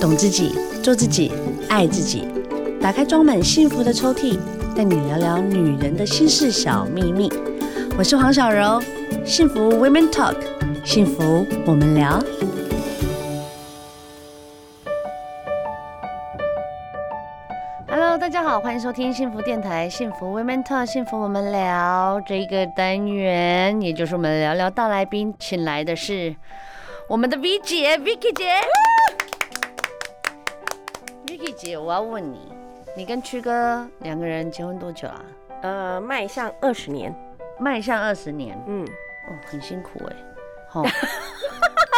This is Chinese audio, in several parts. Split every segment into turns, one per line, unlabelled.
懂自己，做自己，爱自己。打开装满幸福的抽屉，带你聊聊女人的心事小秘密。我是黄小柔，幸福 Women Talk，幸福我们聊。Hello，大家好，欢迎收听幸福电台《幸福 Women Talk》，幸福我们聊这个单元，也就是我们聊聊大来宾，请来的是我们的 V 姐，Vicky 姐。Vicky 姐，我要问你，你跟曲哥两个人结婚多久啊？
呃，迈向二十年，
迈向二十年，
嗯，
哦，很辛苦 哎、吼，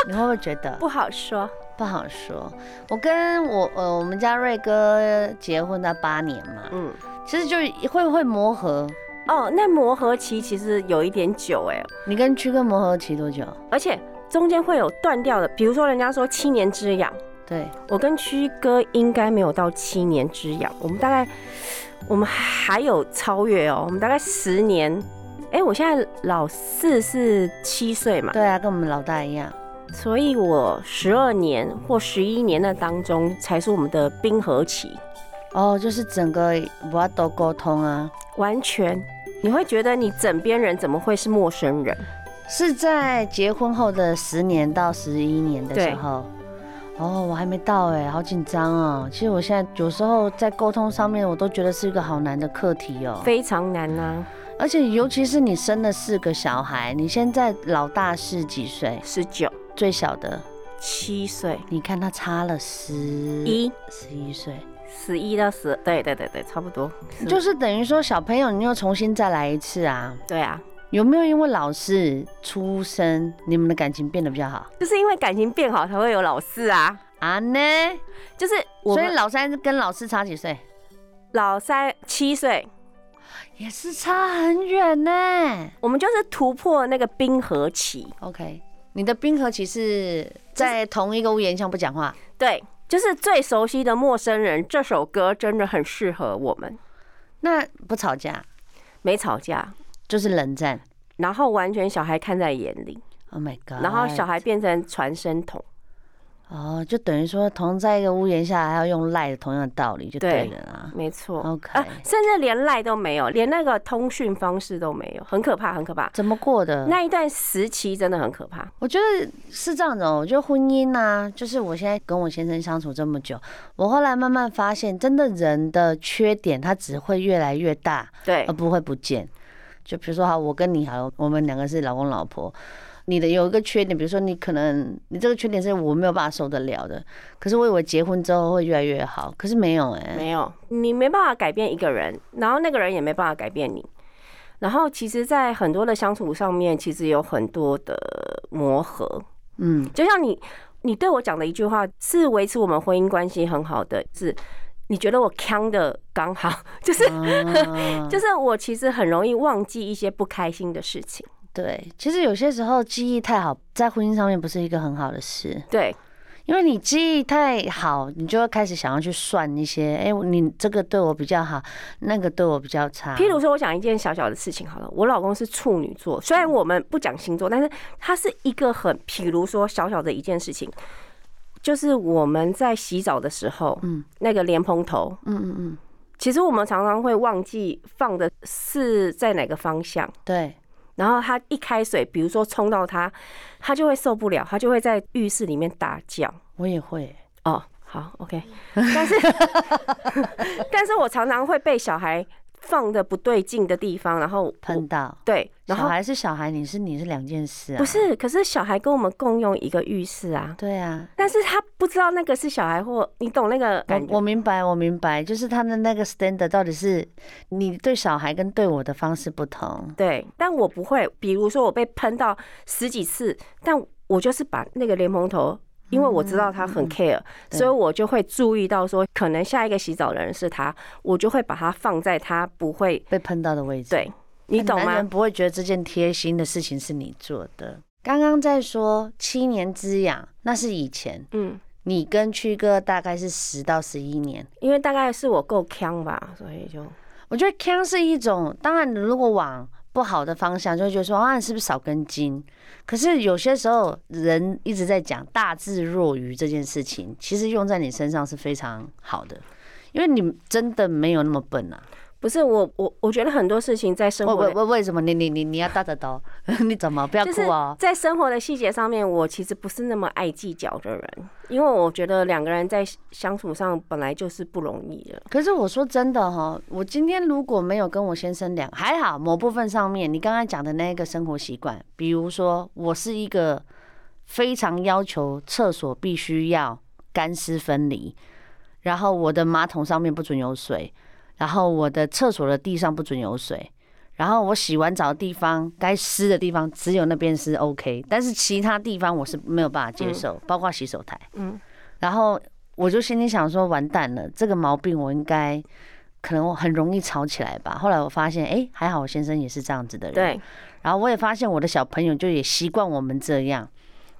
你会不会觉得
不好说。
不好说？我跟我呃，我们家瑞哥结婚到八年嘛，
嗯，
其实就是会不会磨合？
哦，那磨合期其实有一点久哎，
你跟曲哥磨合期多久？
而且中间会有断掉的，比如说人家说七年之痒，
对，
我跟曲哥应该没有到七年之痒，我们大概我们还有超越哦，我们大概十年。哎、我现在老四是七岁嘛，
对啊，跟我们老大一样。
所以我十二年或十一年的当中才是我们的冰河期，
哦，就是整个不要多沟通啊，
完全你会觉得你枕边人怎么会是陌生人？
是在结婚后的十年到十一年的时候。哦，我还没到哎、好紧张哦。其实我现在有时候在沟通上面，我都觉得是一个好难的课题哦。
非常难啊呐、
而且尤其是你生了四个小孩，你现在老大是几岁？
十九、
最小的，
七岁、
你看他差了十
一、
十一岁，
十一到十，对对对对，差不多。是
就是等于说小朋友你又重新再来一次啊。
对啊，
有没有因为老师出生，你们的感情变得比较好
就是因为感情变好才会有老四啊。
啊呢？
就是我
所以
们
老三跟老四差几岁？
老三七岁，
也是差很远呢。
我们就是突破那个冰河期。
OK，你的冰河期是在同一个屋檐下不讲话，
对，就是最熟悉的陌生人这首歌真的很适合我们，
那不吵架
没吵架，
就是冷战。
然后完全小孩看在眼里，
Oh my god！
然后小孩变成传声筒。
哦，就等于说同在一个屋檐下，还要用赖的同样的道理就对
对
了啦。
没错。
OK，、
啊，甚至连赖都没有，连那个通讯方式都没有，很可怕，很可怕。
怎么过的？
那一段时期真的很可怕。
我觉得是这样的哦、我觉得婚姻啊，就是我现在跟我先生相处这么久，我后来慢慢发现，真的人的缺点他只会越来越大，
对
而，不会不见。就比如说，好，我跟你好了，我们两个是老公老婆。你的有一个缺点，比如说你可能你这个缺点是我没有办法受得了的，可是我以为结婚之后会越来越好，可是没有哎、
没有，你没办法改变一个人，然后那个人也没办法改变你。然后其实，在很多的相处上面，其实有很多的磨合。
嗯，
就像你，你对我讲的一句话，是维持我们婚姻关系很好的，是你觉得我扛的刚好， 就是、
啊
就是我其实很容易忘记一些不开心的事情。
对，其实有些时候记忆太好，在婚姻上面不是一个很好的事，
对，
因为你记忆太好，你就会开始想要去算一些，哎、你这个对我比较好，那个对我比较差。
譬如说，我讲一件小小的事情好了，我老公是处女座，虽然我们不讲星座，但是他是一个很，譬如说小小的一件事情，就是我们在洗澡的时候，
嗯
嗯，那个莲蓬头，
嗯嗯嗯，
其实我们常常会忘记放的是在哪个方向，
对，
然后他一开水，比如说冲到他，他就会受不了，他就会在浴室里面大叫。
我也会。
哦，好，OK，但是但是我常常会被小孩放的不对劲的地方，然后
碰到。
对，然
小
后
孩是小孩，你是你是两件事啊。
不，是，可是小孩跟我们共用一个浴室啊，
对啊，
但是他不知道那个是小孩或你懂那个感
我
觉，
我明白，我明白，就是他的那个 standard 到底是你对小孩跟对我的方式不同。
对，但我不会，比如说我被喷到十几次，但我就是把那个莲蓬头。因为我知道他很 care，、
嗯对
所以我就会注意到说，可能下一个洗澡的人是他，我就会把它放在他不会
被碰到的位置。
对，你懂
男
吗
人？不会觉得这件贴心的事情是你做的。刚刚在说七年之痒，那是以前，
嗯，
你跟曲哥大概是十到十一年。
因
嗯
为大概是我够呛吧，所以就
我觉得 can 是一种，当然如果往不好的方向，就会觉得说啊，你是不是少根筋？可是有些时候，人一直在讲大智若愚这件事情，其实用在你身上是非常好的，因为你真的没有那么笨啊。
不是我我我觉得很多事情在生
我
活
我
的
我为什么你你你你要大着刀？你怎么不要
就
哭
是
哦？
在生活的细节上面，我其实不是那么爱计较的人，因为我觉得两个人在相处上本来就是不容易的。
可是我说真的哈，我今天如果没有跟我先生聊，还好某部分上面，你刚刚讲的那个生活习惯，比如说我是一个非常要求厕所必须要干湿分离，然后我的马桶上面不准有水，然后我的厕所的地上不准有水。然后我洗完澡的地方，该湿的地方只有那边是 OK，但是其他地方我是没有办法接受，包括洗手台。
嗯，
然后我就心里想说，完蛋了，这个毛病我应该可能我很容易吵起来吧。后来我发现，哎，还好我先生也是这样子的人。。
对，
然后我也发现我的小朋友就也习惯我们这样，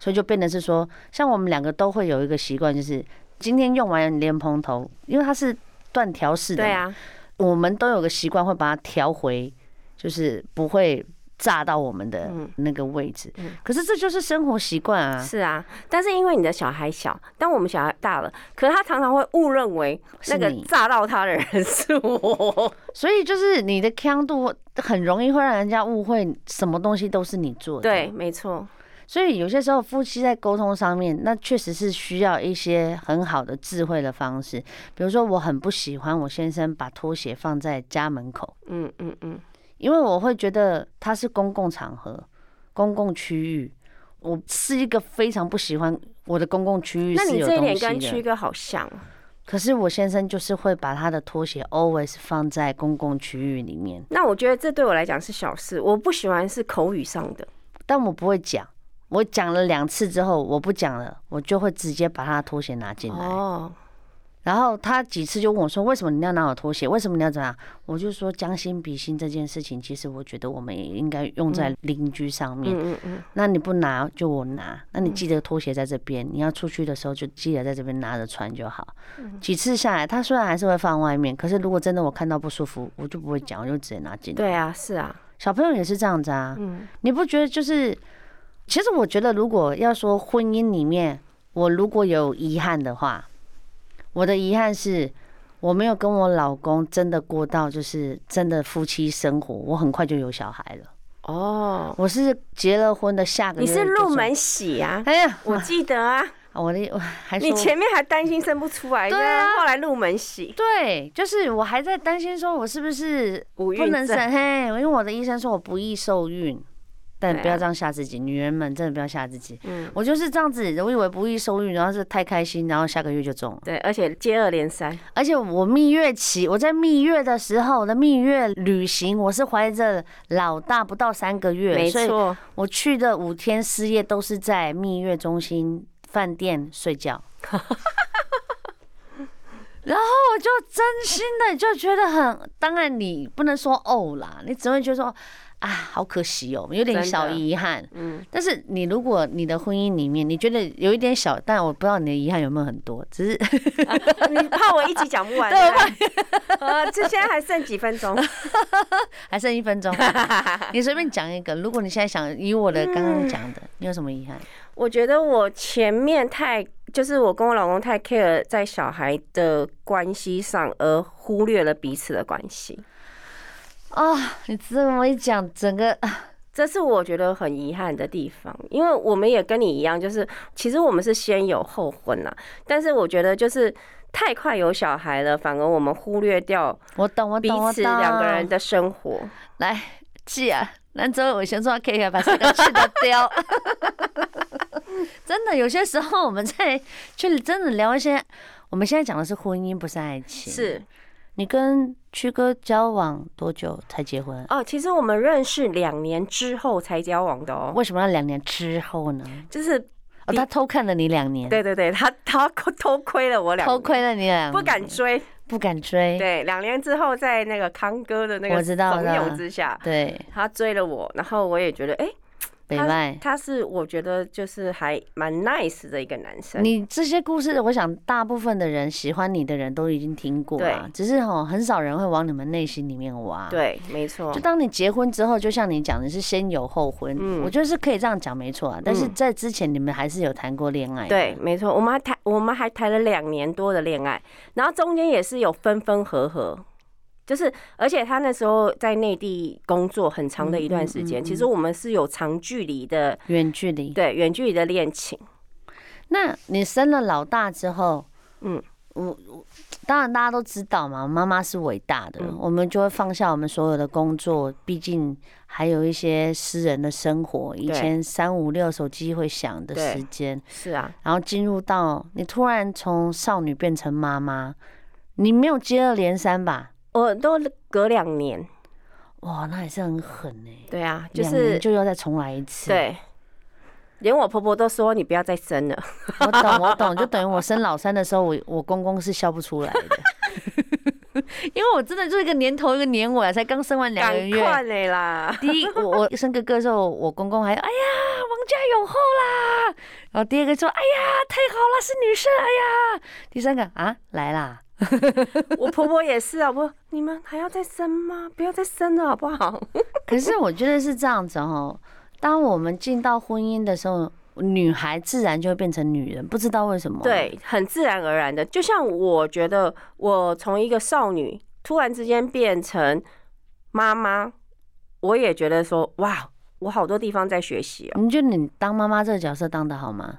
所以就变得是说，像我们两个都会有一个习惯，就是今天用完莲蓬头，因为它是断条式的，
对，啊，
我们都有个习惯会把它调回，就是不会炸到我们的
嗯
那个位置。
嗯
可是这就是生活习惯啊，
是啊。但是因为你的小孩小，当我们小孩大了，可是他常常会误认为
是
那个
你
炸到他的人是我。
所以就是你的腔度很容易会让人家误会什么东西都是你做的。
对，，没错，
所以有些时候夫妻在沟通上面，那确实是需要一些很好的智慧的方式。比如说，我很不喜欢我先生把拖鞋放在家门口，
嗯嗯嗯，
因为我会觉得它是公共场合、公共区域。我是一个非常不喜欢我的公共区域
那
是
你
有
这一
东
点
西的。
跟区哥好像哦，
可是我先生就是会把他的拖鞋 always 放在公共区域里面，
那我觉得这对我来讲是小事，我不喜欢是口语上的。
但我不会讲。我讲了两次之后，我不讲了，我就会直接把他的拖鞋拿进来。
哦，
然后他几次就问我说：“为什么你要拿我拖鞋？为什么你要怎样？”我就说：“将心比心这件事情，其实我觉得我们也应该用在邻居上面。
嗯嗯嗯，
那你不拿就我拿，那你记得拖鞋在这边，你要出去的时候就记得在这边拿着穿就好。几次下来，他虽然还是会放外面，可是如果真的我看到不舒服，我就不会讲，我就直接拿进来。
对啊，是啊，
小朋友也是这样子啊，
嗯
你不觉得就是？其实我觉得，如果要说婚姻里面，我如果有遗憾的话，我的遗憾是我没有跟我老公真的过到就是真的夫妻生活。我很快就有小孩了，
哦，
我是结了婚的下个
你
月。
是入？门喜啊，
哎呀，
我记得啊，
我的我还说
你前面还担心生不出来，
对啊
然后后来入门喜，
对，就是我还在担心说我是不是
不
不能生，嘿，因为我的医生说我不易受孕，但
对啊
不要这样吓自己，女人们真的不要吓自己。
嗯，
我就是这样子，我以为不易受孕，然后是太开心，然后下个月就中了。
对，而且接二连三，
而且我蜜月期，我在蜜月的时候，我的蜜月旅行，我是怀着老大不到三个月，
没
所以
错，
我去的五天四夜都是在蜜月中心饭店睡 觉。然后我就真心的就觉得很，当然你不能说哦啦，你只会觉得说啊，好可惜哦，有点
真的
小遗憾。
嗯，
但是你如果你的婚姻里面，你觉得有一点小，但我不知道你的遗憾有没有很多，只是
你怕我一集讲 不完，
对
对不对呃，这现在还剩几分 钟，
还剩一分 钟，你随便讲一个。如果你现在想以我的刚刚讲的，你有什么遗憾？
我觉得我前面太，就是我跟我老公太 care 在小孩的关系上，而忽略了彼此的关系，
哦，你这么一讲，整个
这是我觉得很遗憾的地方。因为我们也跟你一样，就是其实我们是先有后婚啦，但是我觉得就是太快有小孩了，反而我们忽略掉
我懂，我
彼
懂，我
此
懂。
两个人的生活。
来，啊既然兰州，我先说 K K 把这个去的掉。 真的，有些时候我们在去真的聊一些，我们现在讲的是婚姻，不是爱情。
是
你跟曲哥交往多久才结婚？
哦，其实我们认识两年之后才交往的哦，
为什么要两年之后呢？
就是
哦，他偷看了你两年，
对对对，他他偷窥了我两
偷
年，
窥了你两年，
不敢追。
不敢追，
对，两年之后，在那个康哥的那
我
个
知
怂
道的
恿之下，
对
他追了我，然后我也觉得，哎、
北外。
他是我觉得就是还蛮 nice 的一个男生。
你这些故事，我想大部分的人喜欢你的人都已经听过了，只是哈、很少人会往你们内心里面挖。，
对，没错
就，当你结婚之后，就像你讲的是先有后婚，
嗯
我觉得是可以这样讲没错啊。但是在之前你们还是有谈过恋爱的，
对，没错。我们还谈，我们还谈了两年多的恋爱，然后中间也是有分分合合。就是，而且他那时候在内地工作很长的一
嗯
段时间，其实我们是有长距离的，
远距离。
对远距离的恋情。
那你生了老大之后，嗯
嗯，
我我当然大家都知道嘛，妈妈是伟大的，
嗯
我们就会放下我们所有的工作，毕竟还有一些私人的生活。以
对
前三五六手机会响的
对
时间，
是啊，
然后进入到你突然从少女变成妈妈，你没有接二连三吧？
我都隔两年，
哇，那也是很狠哎、
对啊，就
两年
是
就要再重来一次。，
对，连我婆婆都说你不要再生了。
我懂，我懂，就等于我生老三的时候，我我公公是笑不出来的， 因为我真的就是一个年头一个年尾啊，才刚生完两个
赶
月。
快嘞啦！
第一，我我生哥哥的时候，我公公还哎呀，王家有后啦。然后第二个说，哎呀，太好了，是女生，哎呀。第三个啊，来啦，
我婆婆也是啊，我婆你们还要再生吗？不要再生了好不好？
可是我觉得是这样子哦，当我们进到婚姻的时候，女孩自然就会变成女人，不知道为什么。，啊
对，很自然而然的，就像我觉得我从一个少女突然之间变成妈妈，我也觉得说哇，我好多地方在学习哦。
你觉得你当妈妈这个角色当的好吗？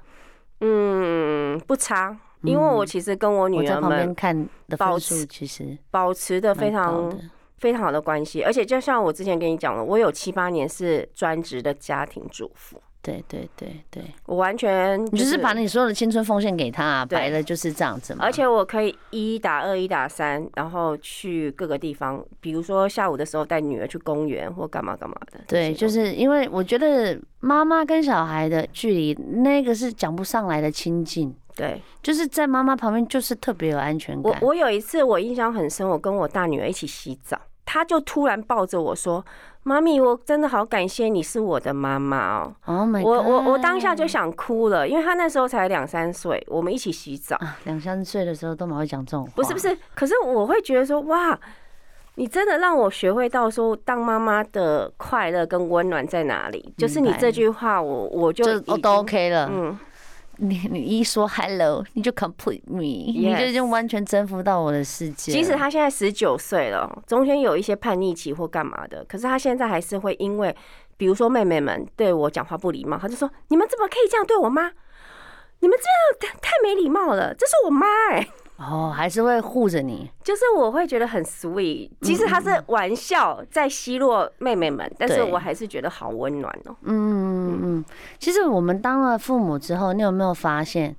嗯，不差，因为我其实跟我
我
女
在
儿
旁边
们
看的分
保
数
持
其实
保持的非
蛮高
常
的
非常好的关系，而且就像我之前跟你讲了，我有七八年是专职的家庭主妇，
对对对对，
我完全
你就是把你所有的青春奉献给他、啊，
对
白了就是这样子嘛。
而且我可以一打二、一打三，然后去各个地方，比如说下午的时候带女儿去公园或干嘛干嘛的。
对，
这
就
些
是因为我觉得妈妈跟小孩的距离，那个是讲不上来的亲近，
对
就是在妈妈旁边就是特别有安全
我
感。
我有一次我印象很深，我跟我大女儿一起洗澡，她就突然抱着我说：“妈咪，我真的好感谢你是我的妈妈哦。”
Oh my
我我我
God
当下就想哭了，因为她那时候才两三岁，我们一起洗澡，
啊，两三岁的时候都蛮会讲这种话，
不是不，是，可是我会觉得说哇。你真的让我学会到说，当妈妈的快乐跟温暖在哪里？就是你
明白
这句话我，我就
就
已
哦
经
都 OK 了。
嗯，
你你一说 hello，你就 complete me，你就已经
Yes
完全征服到我的世界了。
即使他现在十九岁了，中间有一些叛逆期或干嘛的，可是他现在还是会因为，比如说妹妹们对我讲话不礼貌，他就说：“你们怎么可以这样对我妈？你们这样太太没礼貌了，这是我妈哎、
哦，还是会护着你。
就是我会觉得很 sweet，即使他是玩笑在奚落妹妹们，但是
对
我还是觉得好温暖哦、
嗯嗯嗯，其实我们当了父母之后，你有没有发现，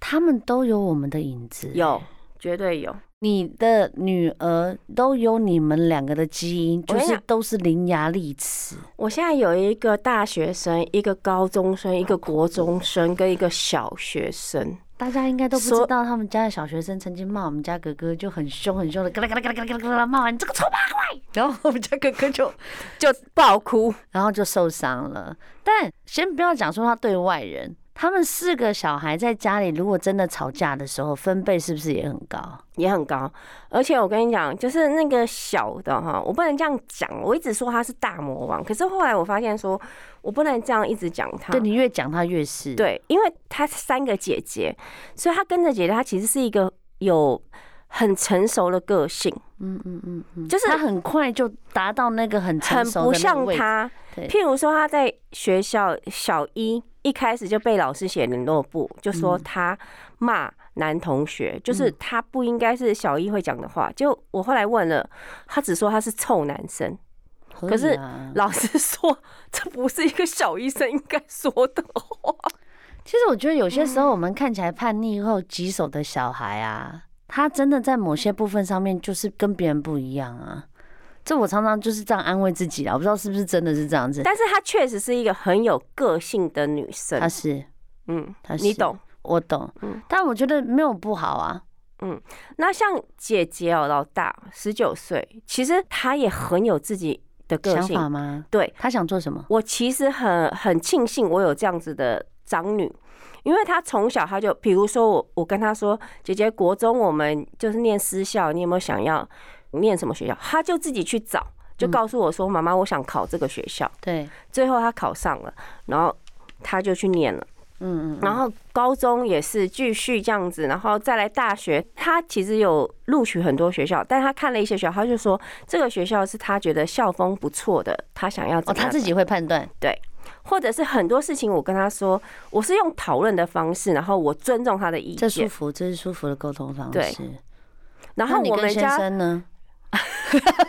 他们都有我们的影子？
有，绝对有。
你的女儿都有你们两个的基因，
我
就
跟你
是
讲
都是伶牙俐齿。
我现在有一个大学生，一个高中生，一个国中生，跟一个小学生。
大家应该都不知
说
道，他们家的小学生曾经骂我们家哥哥就很凶很凶的，嘎啦嘎啦嘎啦嘎啦嘎啦骂完你这个臭八怪，然后我们家哥哥就
就爆哭，
然后就受伤了。但先不要讲说他对外人，他们四个小孩在家里如果真的吵架的时候，分贝是不是也很高？
也很高。而且我跟你讲，就是那个小的哈，我不能这样讲，我一直说他是大魔王，可是后来我发现说，我不能这样一直讲他
对。你越讲他越是。，
啊对，因为他三个姐姐，所以他跟着姐姐，他其实是一个有很成熟的个性，
嗯嗯嗯嗯，
就是
他很快就达到那个很成
很
熟
不
的那个
像
位置。
他。
对
譬如说他在学校小一一开始就被老师写联络簿，就说
嗯
他骂男同学，就是他不应该是小一会讲的话。就我后来问了，他只说他是臭男生。
嗯合
可
理
是
啊
老师说，这不是一个小医生应该说的哦话。
其实我觉得有些时候我们看起来叛逆后棘手的小孩啊，他真的在某些部分上面就是跟别人不一样啊。这我常常就是这样安慰自己啦，我不知道是不是真的是这样子。
但是她确实是一个很有个性的女生
他。是
嗯，
他呃是，
你懂。
我懂
嗯，
但我觉得没有不好啊。
那像姐姐哦，老大十九岁，其实她也很有自己的个
想法
性。
吗？
对
他想做什么？
我其实很很庆幸我有这样子的长女，因为她从小她就，比如说我我跟她说，姐姐国中我们就是念私校，你有没有想要念什么学校？她就自己去找，就
嗯
告诉我说，妈妈，我想考这个学校。
对，
最后她考上了，然后她就去念了。
嗯嗯嗯，
然后高中也是继续这样子，然后再来大学，他其实有录取很多学校，但他看了一些学校，他就说这个学校是他觉得校风不错的，他想要
哦，
怎么
他
样
自己会判断，
或者是很多事情，我跟他说，我是用讨论的方式，然后我尊重他的意
这舒
见，
服，这是舒服的沟通方
对
式。
然
那
后
你
我
跟
们
先
家
生呢？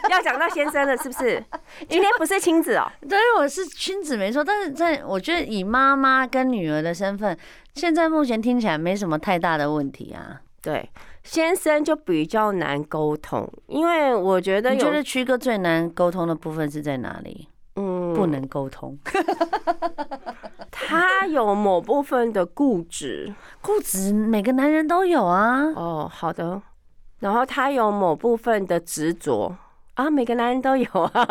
要讲到先生了，是不 是？今天不是亲子哦，
对，我是亲子没错，但是在我觉得以妈妈跟女儿的身份，现在目前听起来没什么太大的问题啊。
对，先生就比较难沟通，因为我觉得
你觉
有
得区哥最难沟通的部分是在哪里？
嗯
不能沟通，
他有某部分的固执。
固执每个男人都有啊。
哦，好的。然后他有某部分的执着啊，每个男人都有啊。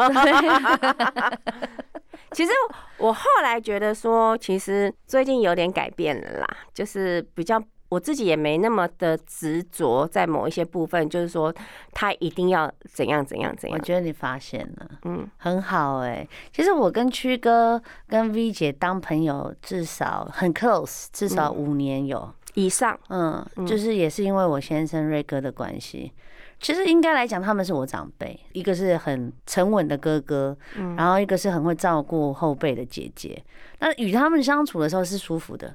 其实我后来觉得说，其实最近有点改变了啦，就是比较我自己也没那么的执着在某一些部分，就是说他一定要怎样怎样怎
我
样。
觉得你发现了，
嗯，
很好哎、其实我跟曲哥、跟 V 姐当朋友，至少很 close，至少
嗯
五年有。
以上
嗯，就是也是因为我先生瑞哥的关系。其实应该来讲，他们是我长辈，一个是很沉稳的哥哥，
嗯
然后一个是很会照顾后辈的姐姐。那与他们相处的时候是舒服的，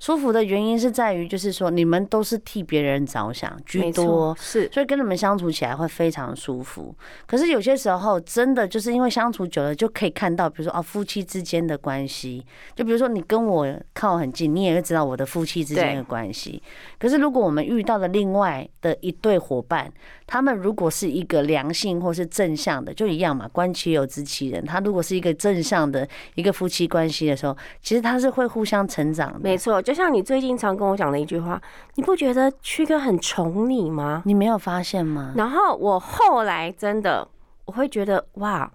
舒服的原因是在于，就是说你们都是替别人着想居
没错
多，
是
所以跟你们相处起来会非常舒服。可是有些时候，真的就是因为相处久了，就可以看到，比如说哦，夫妻之间的关系，就比如说你跟我靠很近，你也会知道我的夫妻之间的关系。可是如果我们遇到了另外的一对伙伴，他们如果是一个良性或是正向的，就一样嘛，观其有知其人。他如果是一个正向的一个夫妻关系的时候，其实他是会互相成长的
没。错。就像你最近常跟我讲的一句话，你不觉得曲哥很宠你吗？
你没有发现吗？
然后我后来真的我会觉得哇，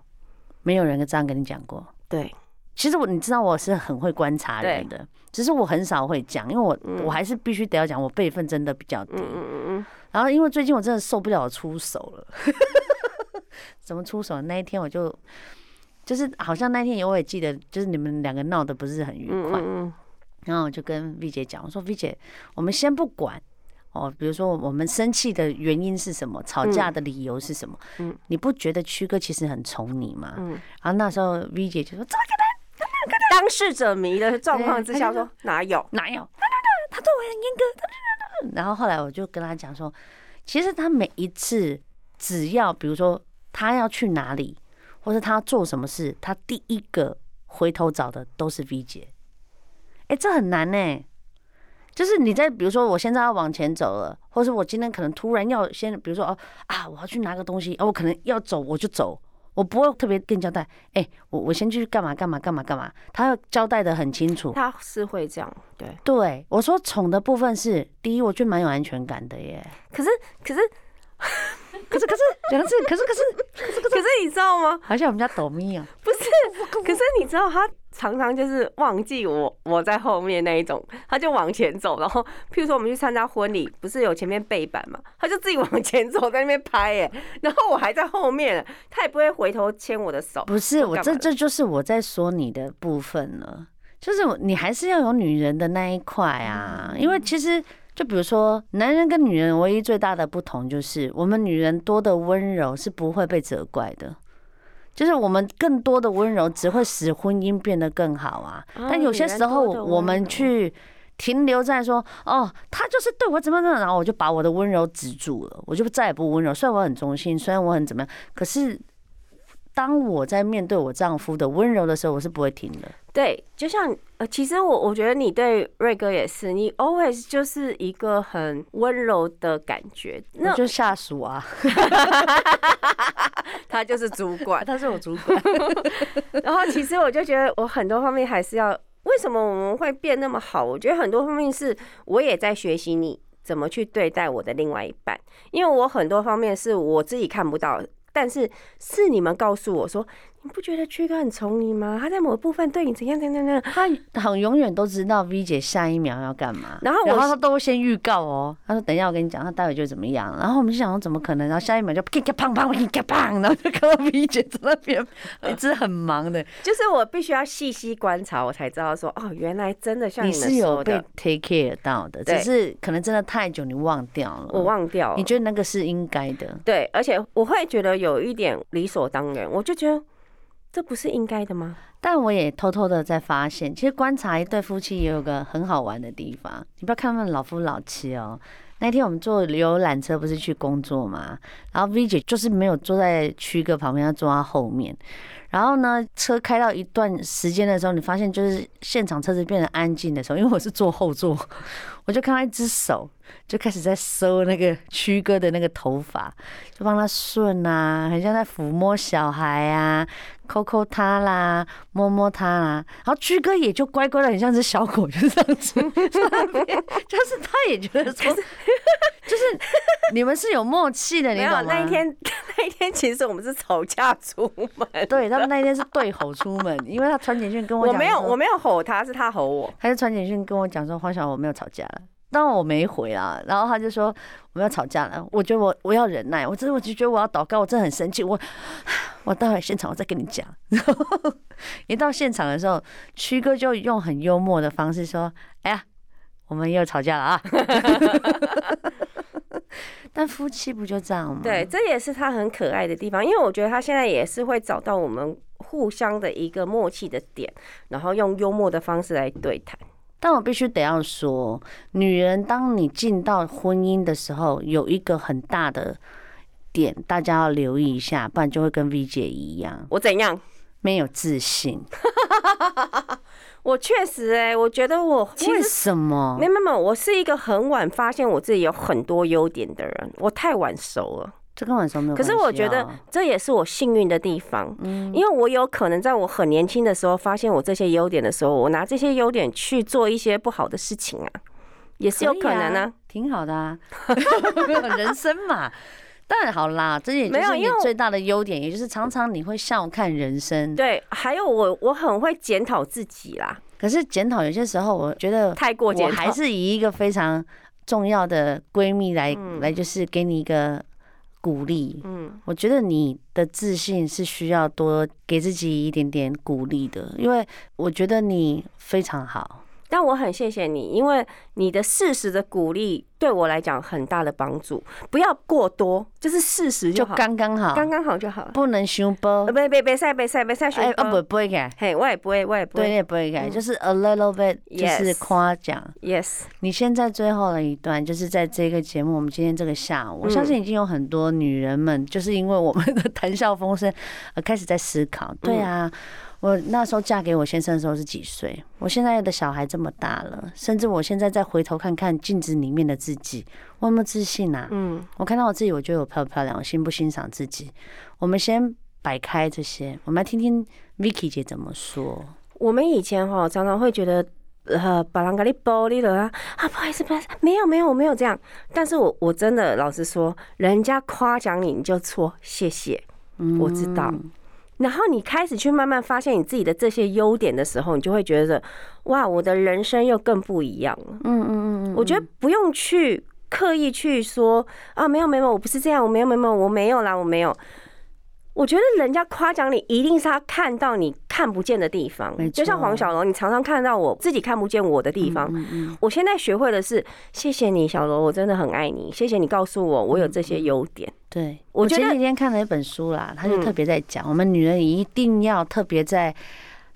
没有人这样跟你讲过。
对。
其实我你知道我是很会观察人的，只是我很少会讲，因为我、我还是必须得要讲，我辈分真的比较低。
嗯嗯嗯
然后因为最近我真的受不了出手了， 怎么出手？那一天我就就是好像那天我也记得，就是你们两个闹得不是很愉
嗯
快，
嗯
然后我就跟 V 姐讲，我说 V 姐，我们先不管。哦，比如说我们生气的原因是什么，吵架的理由是什么？
嗯
你不觉得曲哥其实很宠你吗？
嗯，
然后那时候 V 姐就说：“这
当事者迷的状况之下
对
说哪有？
哪有？他对我很严格。然后后来我就跟他讲说，其实他每一次只要比如说他要去哪里，或是他要做什么事，他第一个回头找的都是 V 姐。哎、这很难呢、就是你在比如说我现在要往前走了，或是我今天可能突然要先比如说哦啊我要去拿个东西，哦我可能要走我就走。我不会特别跟你交代，哎、我我先去干嘛干嘛干嘛干嘛，他要交代的很清楚。
他是会这样，对。
对，我说宠的部分是第一，我觉得蛮有安全感的 耶。
可是可是
可是可是，讲的是可是可是，
可是你知道吗？
好像我们家抖咪啊，
不是，可是你知道他常常就是忘记我我在后面那一种，他就往前走，然后譬如说我们去参加婚礼，不是有前面背板嘛，他就自己往前走，在那边拍耶，然后我还在后面，他也不会回头牵我的手。
不是我
干
这
嘛的
这就是我在说你的部分了，就是我你还是要有女人的那一块
嗯
啊，因为其实。就比如说，男人跟女人唯一最大的不同就是，我们女人多的温柔是不会被责怪的，就是我们更多的温柔只会使婚姻变得更好啊。但有些时候我们去停留在说，哦，他就是对我怎么怎么样，然后我就把我的温柔止住了，我就再也不温柔。虽然我很忠心，虽然我很怎么样，可是当我在面对我丈夫的温柔的时候，我是不会停的。
对，就像呃，其实我我觉得你对瑞哥也是，你 always 就是一个很温柔的感觉。
我
那
就下属啊，
他就是主管，
他是我主管。
然后其实我就觉得我很多方面还是要，为什么我们会变那么好？我觉得很多方面是我也在学习你怎么去对待我的另外一半，因为我很多方面是我自己看不到。但是是你们告诉我说，你不觉得缺哥很宠你吗？他在某部分对你怎样怎样怎样？
他好永远都知道 V 姐下一秒要干嘛，
然后我
然后他都会先预告哦，他说等一下我跟你讲，他待会就怎么样，然后我们就想说怎么可能，然后下一秒就啪砰砰砰砰，然后就看到 V 姐在那边一直很忙的，
就是我必须要细细观察，我才知道说，哦，原来真的像
你
你们
是有
说
被
的，
take care 到的，只
对
是可能真的太久你忘掉了，
我，忘掉了。
嗯你觉得那个是应该的，
对，而且我会觉得有一点理所当然，我就觉得这不是应该的吗？
但我也偷偷的在发现，其实观察一对夫妻也有个很好玩的地方。你不要看他们老夫老妻哦。那天我们坐游览车不是去工作嘛，然后 V 姐就是没有坐在区哥旁边，她坐她后面。然后呢，车开到一段时间的时候，你发现就是现场车子变得安静的时候，因为我是坐后座， 我就看到一只手就开始在搜那个区哥的那个头发，就帮他顺啊，很像在抚摸小孩啊，抠抠他啦，摸摸他啦，然后居哥也就乖乖的，很像只小狗，就是这样子 在那边，就是他也觉得说，就是你们是有默契的，你
没
懂
有
吗？，
那一天 那一天其实我们是吵架出门，
对他们那一天是对吼出门，因为他传简讯跟我
我
讲，
没有我没有吼他，是他吼我。
他就传简讯跟我讲说，黄小我没有吵架了。当然我没回啊，然后他就说我们要吵架了，我觉得我我要忍耐，我真的我就觉得我要祷告，我真的很生气，我 我待会现场我再跟你讲。 然后一到现场的时候，曲哥就用很幽默的方式说：“哎呀，我们又吵架了啊！” 但夫妻不就这样吗？
对，这也是他很可爱的地方，因为我觉得他现在也是会找到我们互相的一个默契的点，然后用幽默的方式来对谈。
但我必须得要说，女人当你进到婚姻的时候，有一个很大的点，大家要留意一下，不然就会跟 V 姐一样，
我怎样？
没有自信。
我确实哎、我觉得我其
为
实
什么
没？有没有没有，我是一个很晚发现我自己有很多优点的人，我太晚熟了。
这跟晚上没有
可
关系
是
啊、
我觉得这也是我幸运的地方，
嗯
因为我有可能在我很年轻的时候发现我这些优点的时候，我拿这些优点去做一些不好的事情啊，也是有可能啊。
挺好的啊， 人生嘛。但好啦，这也就
没有
是你
因为我
最大的优点，也就是常常你会笑看人生。
对，还有我我很会检讨自己啦，
可是检讨有些时候，我觉得
太过
我
检
还
讨。
是以一个非常重要的闺蜜来、来，就是给你一个鼓励。
嗯，
我觉得你的自信是需要多给自己一点点鼓励的，因为我觉得你非常好。
但我很谢谢你，因为你的事实的鼓励对我来讲很大的帮助。不要过多，就是事实
就
就好，
刚刚好，
刚刚好就好了。
不能修波
呃，，别别别晒别晒别晒
哎，
选
啊不不会改，
嘿，我也不会，我也不
对，你
会。
也不会改，就是 a little bit，就是
嗯 Yes
夸奖。
Yes，
你现在最后的一段，就是在这个节目，我们今天这个下午，我相信已经有很多女人们，就是因为我们的谈笑风生，呃，开始在思考。对啊，我那时候嫁给我先生的时候是几岁？我现在的小孩这么大了，甚至我现在再回头看看镜子里面的自己，我有没有自信啊？
嗯，
我看到我自己，我觉得我漂不漂亮，我欣不欣赏自己？我们先摆开这些，我们来听听 Vicky 姐怎么说。
我们以前哈常常会觉得，呃，把人给你玻璃了啊，啊，不好意思，不好意思，没有没有我没有这样。但是我我真的老实说，人家夸奖你你就说谢谢，我知道。
嗯
然后你开始去慢慢发现你自己的这些优点的时候，你就会觉得，哇，我的人生又更不一样了。
嗯嗯嗯嗯，
我觉得不用去刻意去说啊，没有没有，我不是这样，我没有没有没有，我没有啦，我没有。我觉得人家夸奖你，一定是他看到你看不见的地方
没。
就像
错
黄小柔，你常常看到我自己看不见我的地方。
嗯嗯
我现在学会的是，谢谢你，小柔，我真的很爱你，谢谢你告诉我我有这些优点。
对，
我
嗯我
觉
前
得
几天看了一本书啦，他就
嗯
特别在讲，我们女人一定要特别在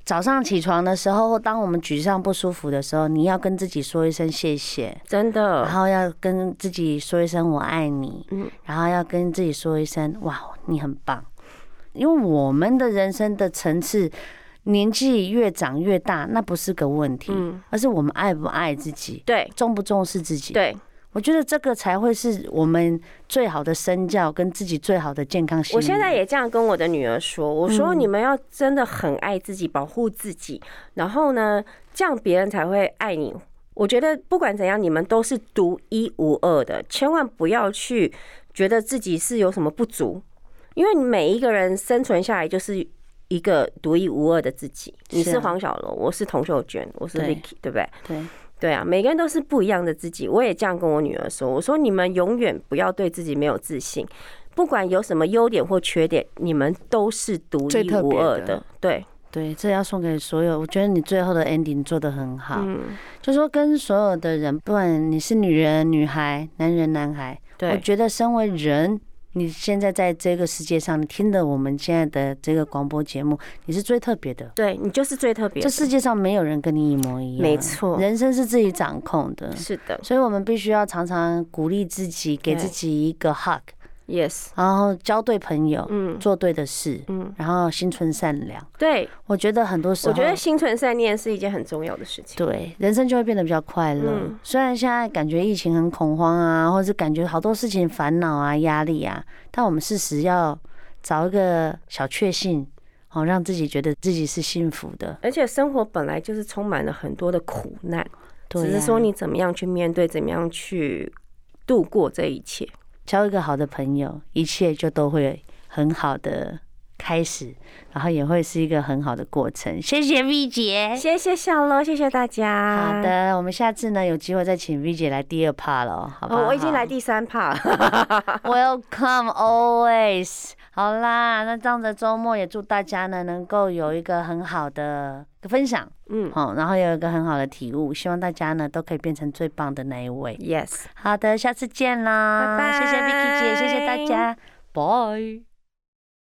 早上起床的时候，当我们沮丧不舒服的时候，你要跟自己说一声谢谢，
真
然
的，
后要跟自己说一声我爱你
嗯，
然后要跟自己说一声哇，你很棒。因为我们的人生的层次，年纪越长越大，那不是个问题，
嗯，
而是我们爱不爱自己，
对
重不重视自己。
对，
我觉得这个才会是我们最好的身教跟自己最好的健康心理。
我现在也这样跟我的女儿说，我说
嗯
你们要真的很爱自己，保护自己，然后呢，这样别人才会爱你。我觉得不管怎样，你们都是独一无二的，千万不要去觉得自己是有什么不足，因为你每一个人生存下来就是一个独一无二的自己。你
是啊
是黄小龙，我是童秀娟，我是
对
Vicky，对不对？
对，
对啊，每个人都是不一样的自己。我也这样跟我女儿说，我说你们永远不要对自己没有自信，不管有什么优点或缺点，你们都是独
最
一
特
无
别
二
的
的。对，
对，这要送给所有。我觉得你最后的 ending 做得很好，
嗯，
就说跟所有的人，不管你是女人、女孩、男人、男孩，我
对，
觉得身为人，你现在在这个世界上，你听的我们现在的这个广播节目，你是最特别的。
对你就是最特别
这
的。
世界上没有人跟你一模一样，
没错
人生是自己掌控的，
是的
所以我们必须要常常鼓励自己，给
对
自己一个 hug，
，yes，
然后交对朋友，
嗯
做对的事，
嗯，
然后心存善良。
对，
我觉得很多时
我
候，
觉得心存善念是一件很重要的事情。
哦对人生就会变得比较快乐。
嗯
虽然现在感觉疫情很恐慌啊，或者是感觉好多事情烦恼啊、压力啊，但我们适时要找一个小确幸，哦，让自己觉得自己是幸福的。
而且生活本来就是充满了很多的苦难，
对、
只是说你怎么样去面对，怎么样去度过这一切。
交一个好的朋友，一切就都会很好的开始，然后也会是一个很好的过程。谢谢 V 姐。
谢谢小楼，谢谢大家。
哎好的，我们下次呢有机会再请 V 姐来第二 part 了哦，好不好？
哦，我已经来第三趴了。
Welcome always。好啦，那这样的周末也祝大家呢能够有一个很好的分享，
嗯
好、然后有一个很好的体悟，希望大家呢都可以变成最棒的那一位。
，yes。
好的，下次见啦，
拜拜
谢谢 Vicky 姐，谢谢大家，拜。